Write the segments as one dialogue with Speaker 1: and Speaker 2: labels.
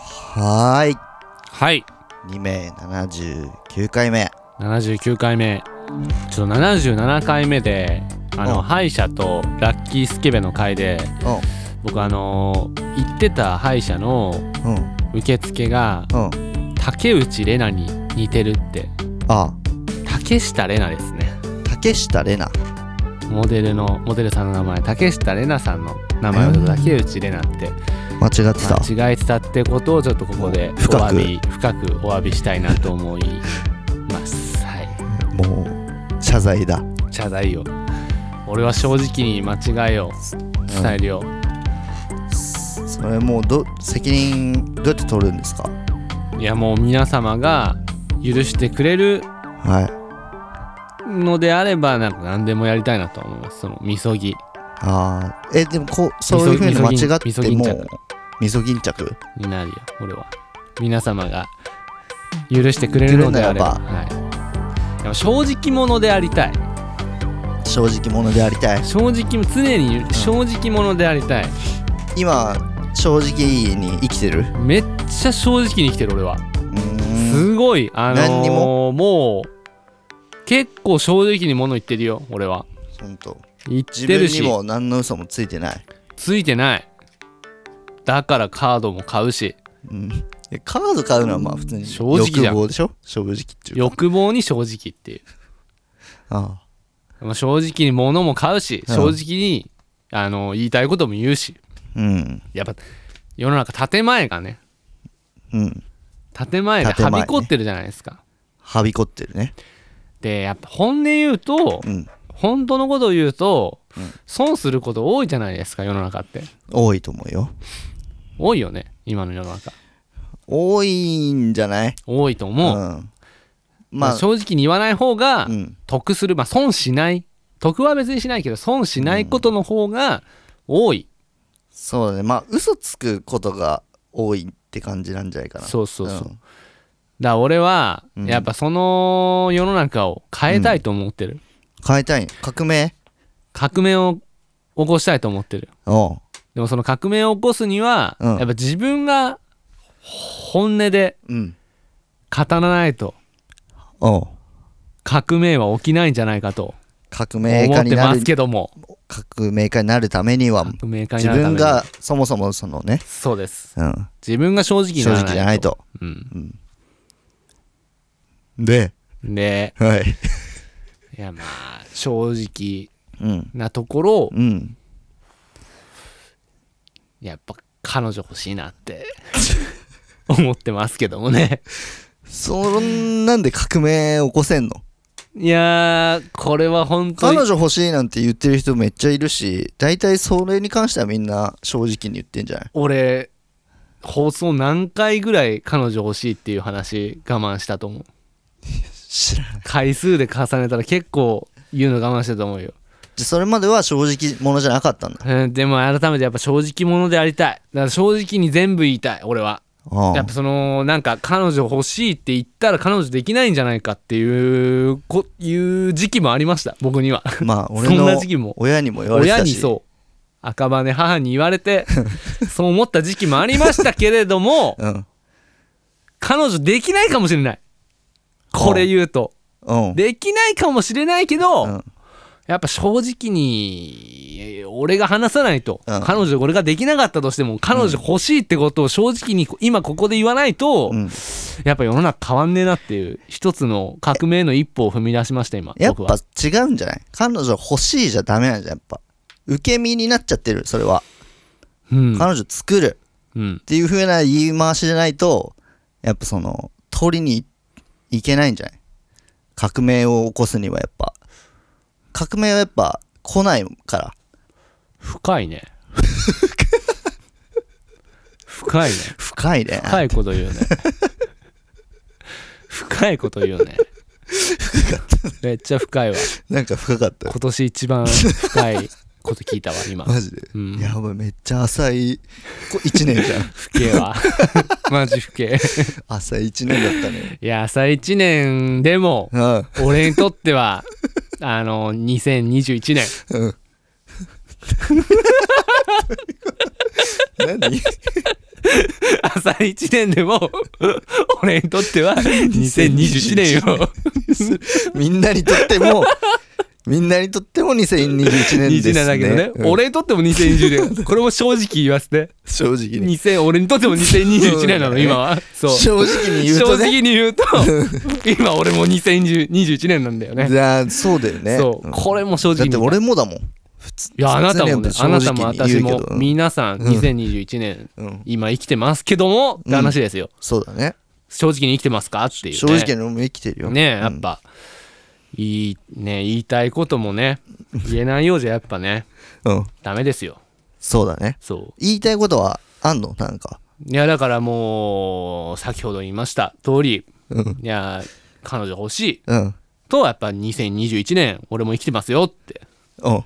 Speaker 1: はーい
Speaker 2: はい
Speaker 1: 2名79回目
Speaker 2: 79回目ちょっと77回目であ
Speaker 1: うん
Speaker 2: の歯医者とラッキースケベの回で
Speaker 1: う
Speaker 2: 僕あのー行ってた歯医者の
Speaker 1: んうん
Speaker 2: 受付が
Speaker 1: うん
Speaker 2: 竹内玲奈に似てるって
Speaker 1: あ
Speaker 2: 竹下玲奈ですね
Speaker 1: 竹下玲奈
Speaker 2: モデルのモデルさんの名前竹下玲奈さんの名前をちょっと竹内玲奈って
Speaker 1: 間違ってた
Speaker 2: 間違えてたってことをちょっとここでお
Speaker 1: 深く
Speaker 2: 詫び深くお詫びしたいなと思いますはい
Speaker 1: もう謝罪だ
Speaker 2: 謝罪よ俺は正直に間違いを伝えるよ、
Speaker 1: それもうど責任どうやって取るんですか
Speaker 2: いやもう皆様が許してくれる
Speaker 1: はい
Speaker 2: のであればなんか何でもやりたいなと思いますそのみそぎ
Speaker 1: あーえでもこうそういうふうに間違
Speaker 2: み
Speaker 1: っ
Speaker 2: そ
Speaker 1: て
Speaker 2: ぎん
Speaker 1: も
Speaker 2: みそう
Speaker 1: みそ巾着
Speaker 2: になるよ俺は皆様が許してくれるのであれば
Speaker 1: く
Speaker 2: はい、でも正直者でありたい
Speaker 1: 正直者でありたい
Speaker 2: 正直常に正直者でありたい、
Speaker 1: 今正直に生きてる
Speaker 2: めっちゃ正直に生きてる俺は
Speaker 1: うーん
Speaker 2: すごいあのー、
Speaker 1: 何にも
Speaker 2: もう結構正直に物言ってるよ俺は
Speaker 1: ほんと
Speaker 2: 言っ
Speaker 1: 自
Speaker 2: て
Speaker 1: 分
Speaker 2: る
Speaker 1: に
Speaker 2: し
Speaker 1: も何の嘘もついてない
Speaker 2: ついてないだからカードも買うし
Speaker 1: うんいやカード買うのはまあ普通に
Speaker 2: 正直じゃん
Speaker 1: 欲望でしょ正直っていうか
Speaker 2: 欲望に正直ってい
Speaker 1: あ
Speaker 2: うまあ正直に物も買うし
Speaker 1: うん
Speaker 2: 正直に、あの言いたいことも言うし
Speaker 1: あうん
Speaker 2: やっぱ世の中建前がね
Speaker 1: うん
Speaker 2: 建前が
Speaker 1: 建前
Speaker 2: は
Speaker 1: ね
Speaker 2: びこってるじゃないですか、
Speaker 1: はびこってるね
Speaker 2: でやっぱ本音言うと、
Speaker 1: うん
Speaker 2: 本当のことを言うと、損すること多いじゃないですか世の中って
Speaker 1: 多いと思うよ
Speaker 2: 多いよね今の世の中
Speaker 1: 多いんじゃない
Speaker 2: 多いと
Speaker 1: う
Speaker 2: 思
Speaker 1: ん
Speaker 2: う、ま
Speaker 1: ま
Speaker 2: あ、
Speaker 1: あ
Speaker 2: 正直に言わない方が
Speaker 1: うん
Speaker 2: 得する、まあ損しない得は別にしないけど損しないことの方が多い、
Speaker 1: そうだねまあ嘘つくことが多いって感じなんじゃないかな
Speaker 2: そうそうそう、だか
Speaker 1: ん
Speaker 2: ら俺は
Speaker 1: うん
Speaker 2: やっぱその世の中を変えたいと思ってる、
Speaker 1: 変えたい革命
Speaker 2: 革命を起こしたいと思ってる
Speaker 1: おう
Speaker 2: でもその革命を起こすには、
Speaker 1: うん
Speaker 2: やっぱ自分が本音で
Speaker 1: うん
Speaker 2: 語らないと
Speaker 1: おう
Speaker 2: 革命は起きないんじゃないかと
Speaker 1: 革命
Speaker 2: 思
Speaker 1: 家
Speaker 2: っ
Speaker 1: に
Speaker 2: て
Speaker 1: な
Speaker 2: ま
Speaker 1: る
Speaker 2: すけども
Speaker 1: 革命家になるためには
Speaker 2: 革命家に
Speaker 1: 自
Speaker 2: なるた
Speaker 1: 分
Speaker 2: めに
Speaker 1: がそもそもそのね、
Speaker 2: そうです
Speaker 1: うん、
Speaker 2: 自分が正直に
Speaker 1: 正
Speaker 2: なら
Speaker 1: 直じゃないと
Speaker 2: うん
Speaker 1: で
Speaker 2: で
Speaker 1: はい
Speaker 2: いやまあ正直
Speaker 1: うん
Speaker 2: なところ
Speaker 1: うん
Speaker 2: やっぱ彼女欲しいなって 思ってますけどもね
Speaker 1: そんなんで革命起こせんの
Speaker 2: いやーこれは本当
Speaker 1: 彼
Speaker 2: に
Speaker 1: 女欲しいなんて言ってる人めっちゃいるし大体それに関してはみんな正直に言ってんじゃない
Speaker 2: 俺放送何回ぐらい彼女欲しいっていう話我慢したと思う
Speaker 1: 知らない
Speaker 2: 回数で重ねたら結構言うの我慢したと思うよ、
Speaker 1: それまでは正直者じゃなかったんだ
Speaker 2: うん、でも改めてやっぱ正直者でありたいだから正直に全部言いたい俺は
Speaker 1: あ
Speaker 2: やっぱそのなんか彼女欲しいって言ったら彼女できないんじゃないかっていうこいう時期もありました僕には
Speaker 1: あまあ俺
Speaker 2: そん
Speaker 1: の
Speaker 2: な時期も
Speaker 1: 親にも言われて
Speaker 2: 親
Speaker 1: た
Speaker 2: に
Speaker 1: し
Speaker 2: そう赤羽母に言わ れてそう思った時期もありましたけれども
Speaker 1: うん
Speaker 2: 彼女できないかもしれないこれ言うと
Speaker 1: うん
Speaker 2: できないかもしれないけど、
Speaker 1: うん
Speaker 2: やっぱ正直にえー俺が話さないと、
Speaker 1: うん
Speaker 2: 彼女これができなかったとしても彼女欲しいってことを正直に今ここで言わないと、
Speaker 1: うん
Speaker 2: やっぱ世の中変わんねえなっていう一つの革命の一歩を踏み出しました今
Speaker 1: やっ
Speaker 2: 僕
Speaker 1: ぱ
Speaker 2: は
Speaker 1: 違うんじゃない彼女欲しいじゃダメなんじゃんやっぱ受け身になっちゃってるそれは、
Speaker 2: うん、
Speaker 1: 彼女作る
Speaker 2: うん
Speaker 1: っ、ていう風な言い回しじゃないとやっぱその取りに行けないんじゃない革命を起こすにはやっぱ革命はやっぱ来ないから
Speaker 2: 深いね深いね
Speaker 1: 深いね
Speaker 2: 深いこと言 うね深いこと言うねめっちゃ深いわ
Speaker 1: なんか深かったよ
Speaker 2: 今年一番深いこと聞いたわ今
Speaker 1: マジで、
Speaker 2: うん
Speaker 1: やばいめっちゃ浅いこ1年じ ゃん
Speaker 2: 不敬はマジ不敬
Speaker 1: 浅い1年だったね
Speaker 2: いや朝一年でも
Speaker 1: うん
Speaker 2: 俺にとってはあの2021年
Speaker 1: うん 何
Speaker 2: さい1年でも俺にとっては2021年よ
Speaker 1: みんなにとっても、みんなにとっても2021年です、ね。
Speaker 2: 20年だけどね、
Speaker 1: うん
Speaker 2: 俺にとっても2020年これも正直言わせて
Speaker 1: 正直に。
Speaker 2: 2000俺にとっても2021年なの今はそう
Speaker 1: 正直に言う
Speaker 2: 正
Speaker 1: とね。
Speaker 2: 直 に言うと今俺も2021年なんだよね
Speaker 1: じゃあ、そうだよね。
Speaker 2: そう
Speaker 1: うん
Speaker 2: これも正
Speaker 1: だ
Speaker 2: 直
Speaker 1: って
Speaker 2: に
Speaker 1: 俺もだもん。普通
Speaker 2: いやあなたもね
Speaker 1: 全
Speaker 2: あ
Speaker 1: 部
Speaker 2: な
Speaker 1: 正
Speaker 2: た
Speaker 1: 直に言
Speaker 2: も私
Speaker 1: うけど
Speaker 2: も皆さん
Speaker 1: うん
Speaker 2: 2021年
Speaker 1: うんうん
Speaker 2: 今生きてますけどもって話ですよ
Speaker 1: そうだね。
Speaker 2: 正直に生きてますかっていう
Speaker 1: 正
Speaker 2: ね
Speaker 1: 直に俺も生きてるよ。
Speaker 2: ねやっぱいいね言いたいこともね言えないようじゃやっぱね
Speaker 1: うん。うん。
Speaker 2: ダメですよ
Speaker 1: そうだね。
Speaker 2: そう
Speaker 1: 言いたいことはあんのなんか。
Speaker 2: いやだからもう先ほど言いました通り
Speaker 1: うん。
Speaker 2: いや彼女欲しい
Speaker 1: うん。
Speaker 2: とやっぱ2021年俺も生きてますよって
Speaker 1: うん。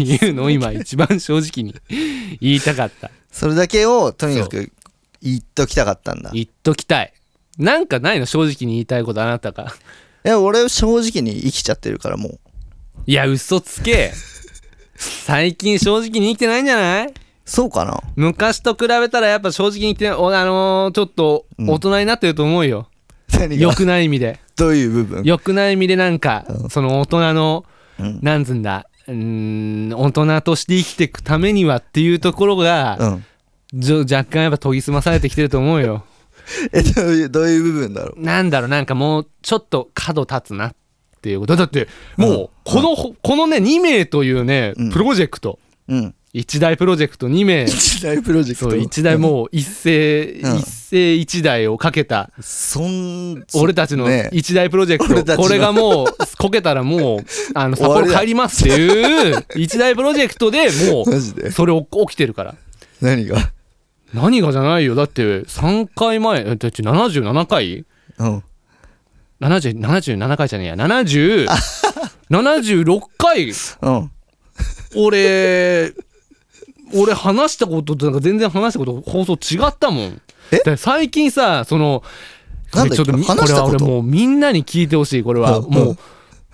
Speaker 2: いうのを今一番正直に 言いたかった
Speaker 1: それだけをとにかく言っときたかったんだ。
Speaker 2: 言っときたいなんかないの正直に言いたいことあなたが
Speaker 1: え、俺正直に生きちゃってるからもう。
Speaker 2: いや嘘つけ最近正直に生きてないんじゃない
Speaker 1: そう かな
Speaker 2: 昔と比べたらやっぱ正直に生きてないおあのーちょっと大人になってると思うよ、
Speaker 1: 何
Speaker 2: 良
Speaker 1: が
Speaker 2: くない意味で
Speaker 1: どういう部分
Speaker 2: 良くない意味でなんか、その大人の、
Speaker 1: うん
Speaker 2: なんつうんだうーん大人として生きていくためにはっていうところが、
Speaker 1: うん。
Speaker 2: じょ若干やっぱ研ぎ澄まされてきてると思うよ
Speaker 1: え、どういう、どういう部分だろう
Speaker 2: なんだろうなんかもうちょっと角立つなっていうことだってもうこの、このね2名というね
Speaker 1: うん
Speaker 2: プロジェクト、
Speaker 1: うん。
Speaker 2: 一大プロジェクト2名
Speaker 1: 一大プロジェク
Speaker 2: そ
Speaker 1: ト。
Speaker 2: う一大もう一世、
Speaker 1: うん
Speaker 2: 一世一代をかけた
Speaker 1: そん、
Speaker 2: 俺たちの
Speaker 1: ね
Speaker 2: 一大プロジェク
Speaker 1: 俺
Speaker 2: ト、
Speaker 1: たちの
Speaker 2: これがもうこけたらもう あの札
Speaker 1: 終わり
Speaker 2: 幌
Speaker 1: だ
Speaker 2: 帰りますっていう一大プロジェクトでも
Speaker 1: マジ
Speaker 2: う
Speaker 1: で
Speaker 2: それ起きてるから
Speaker 1: 何が
Speaker 2: 何がじゃないよだって3回前えだって77回
Speaker 1: うん。
Speaker 2: 70 77回じゃねえや70 76回
Speaker 1: うん。
Speaker 2: 俺俺話したこととなんか全然話したこと放送違ったもん
Speaker 1: え
Speaker 2: え最近さその
Speaker 1: なんだ
Speaker 2: ちょっとみ
Speaker 1: 話したこと
Speaker 2: れは俺もうみんなに聞いてほしいこれは
Speaker 1: うん
Speaker 2: も
Speaker 1: う
Speaker 2: う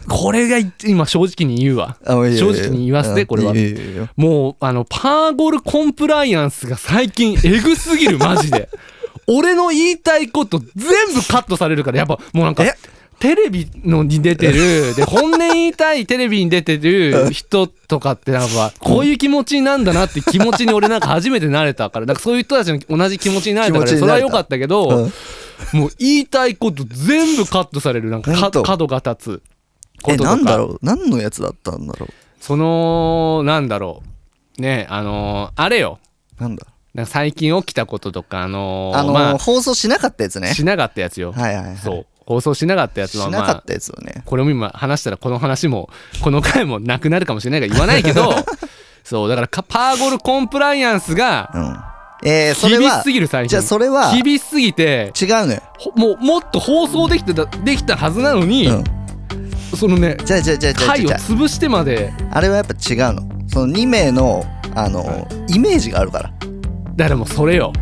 Speaker 2: これがい今正直に言うわ
Speaker 1: あいいよいいよ
Speaker 2: 正直に言わせて
Speaker 1: うん
Speaker 2: これはい
Speaker 1: いよいいよいいよ
Speaker 2: もうあのパーゴルコンプライアンスが最近えぐすぎるマ ジで俺の言いたいこと全部カットされるからやっぱもうなんか
Speaker 1: え
Speaker 2: テレビのに出て るで本音言いたいテレビに出てる人とかってなん かこういう気持ちになんだなって気持ちに俺なんか初めて慣れたからなんかそういう人たちの同じ気持ちになれたから
Speaker 1: 気持ちに
Speaker 2: そ
Speaker 1: なれた
Speaker 2: れは良かったけど、もう言いたいこと全部カットされるなんか
Speaker 1: ほん
Speaker 2: か
Speaker 1: と
Speaker 2: 角が立つこ
Speaker 1: え、
Speaker 2: ととか
Speaker 1: なんだろう何のやつだったんだろ
Speaker 2: そのなんだろうねあのーあれよ
Speaker 1: うなんだ
Speaker 2: なんか最近起きたこととかあのー
Speaker 1: あの
Speaker 2: ま
Speaker 1: ー、放送しなかったやつ
Speaker 2: あ
Speaker 1: ね。
Speaker 2: しなかったやつよ、
Speaker 1: はいはいはい。
Speaker 2: そう放送しなかったやつ
Speaker 1: し
Speaker 2: は
Speaker 1: な
Speaker 2: ま
Speaker 1: か
Speaker 2: あ
Speaker 1: ったやつをね。
Speaker 2: これも今話したらこの話もこの回もなくなるかもしれないから言わないけど そうだからかパーゴルコンプライアンスが
Speaker 1: うん。えー、それ
Speaker 2: 厳し
Speaker 1: は
Speaker 2: す、ぎる最近
Speaker 1: じゃあそれは、違
Speaker 2: 厳しすぎて
Speaker 1: うのよ。
Speaker 2: ほもうもっと放送できてたできたはずなのに、
Speaker 1: うん。
Speaker 2: そのね
Speaker 1: じゃあじゃあじゃあじゃあ
Speaker 2: 回
Speaker 1: じ
Speaker 2: を
Speaker 1: ゃあ
Speaker 2: 潰してまで
Speaker 1: あれはやっぱ違うの。その2名の、あのー、イメージがあるから。
Speaker 2: だからもうそれよ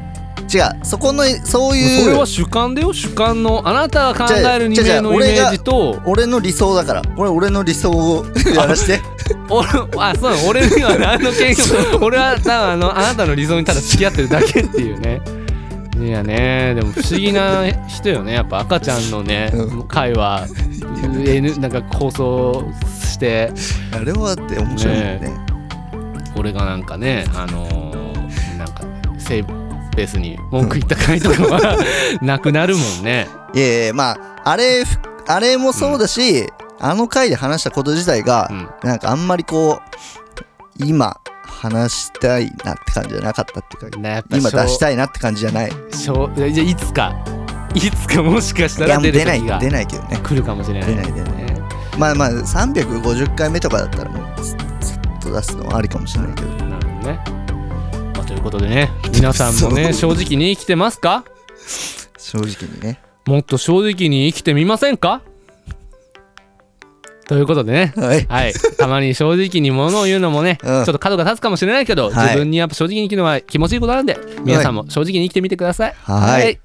Speaker 1: 違う。そこの、そう
Speaker 2: もうそ
Speaker 1: い
Speaker 2: れ
Speaker 1: う
Speaker 2: は、主観だよ主観のあなたが考える
Speaker 1: じゃあ
Speaker 2: 2
Speaker 1: じゃ
Speaker 2: 名
Speaker 1: あ
Speaker 2: のイ
Speaker 1: 俺
Speaker 2: メ
Speaker 1: が
Speaker 2: ージと
Speaker 1: 俺の理想だから。これ俺の理想を やら して。
Speaker 2: 俺あそうなの俺には何の権限も俺は多分あのあなたの理想にただ付き合ってるだけっていうねいやねでも不思議な人よねやっぱ赤ちゃんのね
Speaker 1: う
Speaker 2: 会話 N なんか放送して
Speaker 1: あれはだって面白いもんね。
Speaker 2: 俺がなんかねあのーなんかセーブベースに文句言った回とか はなくなるもんね
Speaker 1: いやいやまああれふあれもそうだし、あの回で話したこと自体が、
Speaker 2: うん
Speaker 1: なんかあんまりこう今話したいなって感じじゃなかったっていうか
Speaker 2: ねやっぱ
Speaker 1: 今
Speaker 2: しょう
Speaker 1: 出したいなって感じじゃないい
Speaker 2: しょうじゃあいつかいつかもしかした
Speaker 1: や
Speaker 2: ら
Speaker 1: も
Speaker 2: 出
Speaker 1: う
Speaker 2: る
Speaker 1: 出ない
Speaker 2: 時が
Speaker 1: 出ないけどね
Speaker 2: 来るかもしれない
Speaker 1: 出ない出ない
Speaker 2: ね
Speaker 1: まあまあ350回目とかだったらもうずずっと出すのはありかもしれないけど
Speaker 2: なるほどね、まあ、ということでね皆さんもね
Speaker 1: そ
Speaker 2: 正直に生きてますか
Speaker 1: 正直にね
Speaker 2: もっと正直に生きてみませんかということでね
Speaker 1: はい
Speaker 2: はいたまに正直にものを言うのもね、
Speaker 1: うん
Speaker 2: ちょっと角が立つかもしれないけど、
Speaker 1: はい
Speaker 2: 自分にやっぱ正直に生きるのは気持ちいいことなんで皆さんも正直に生きてみてください
Speaker 1: はい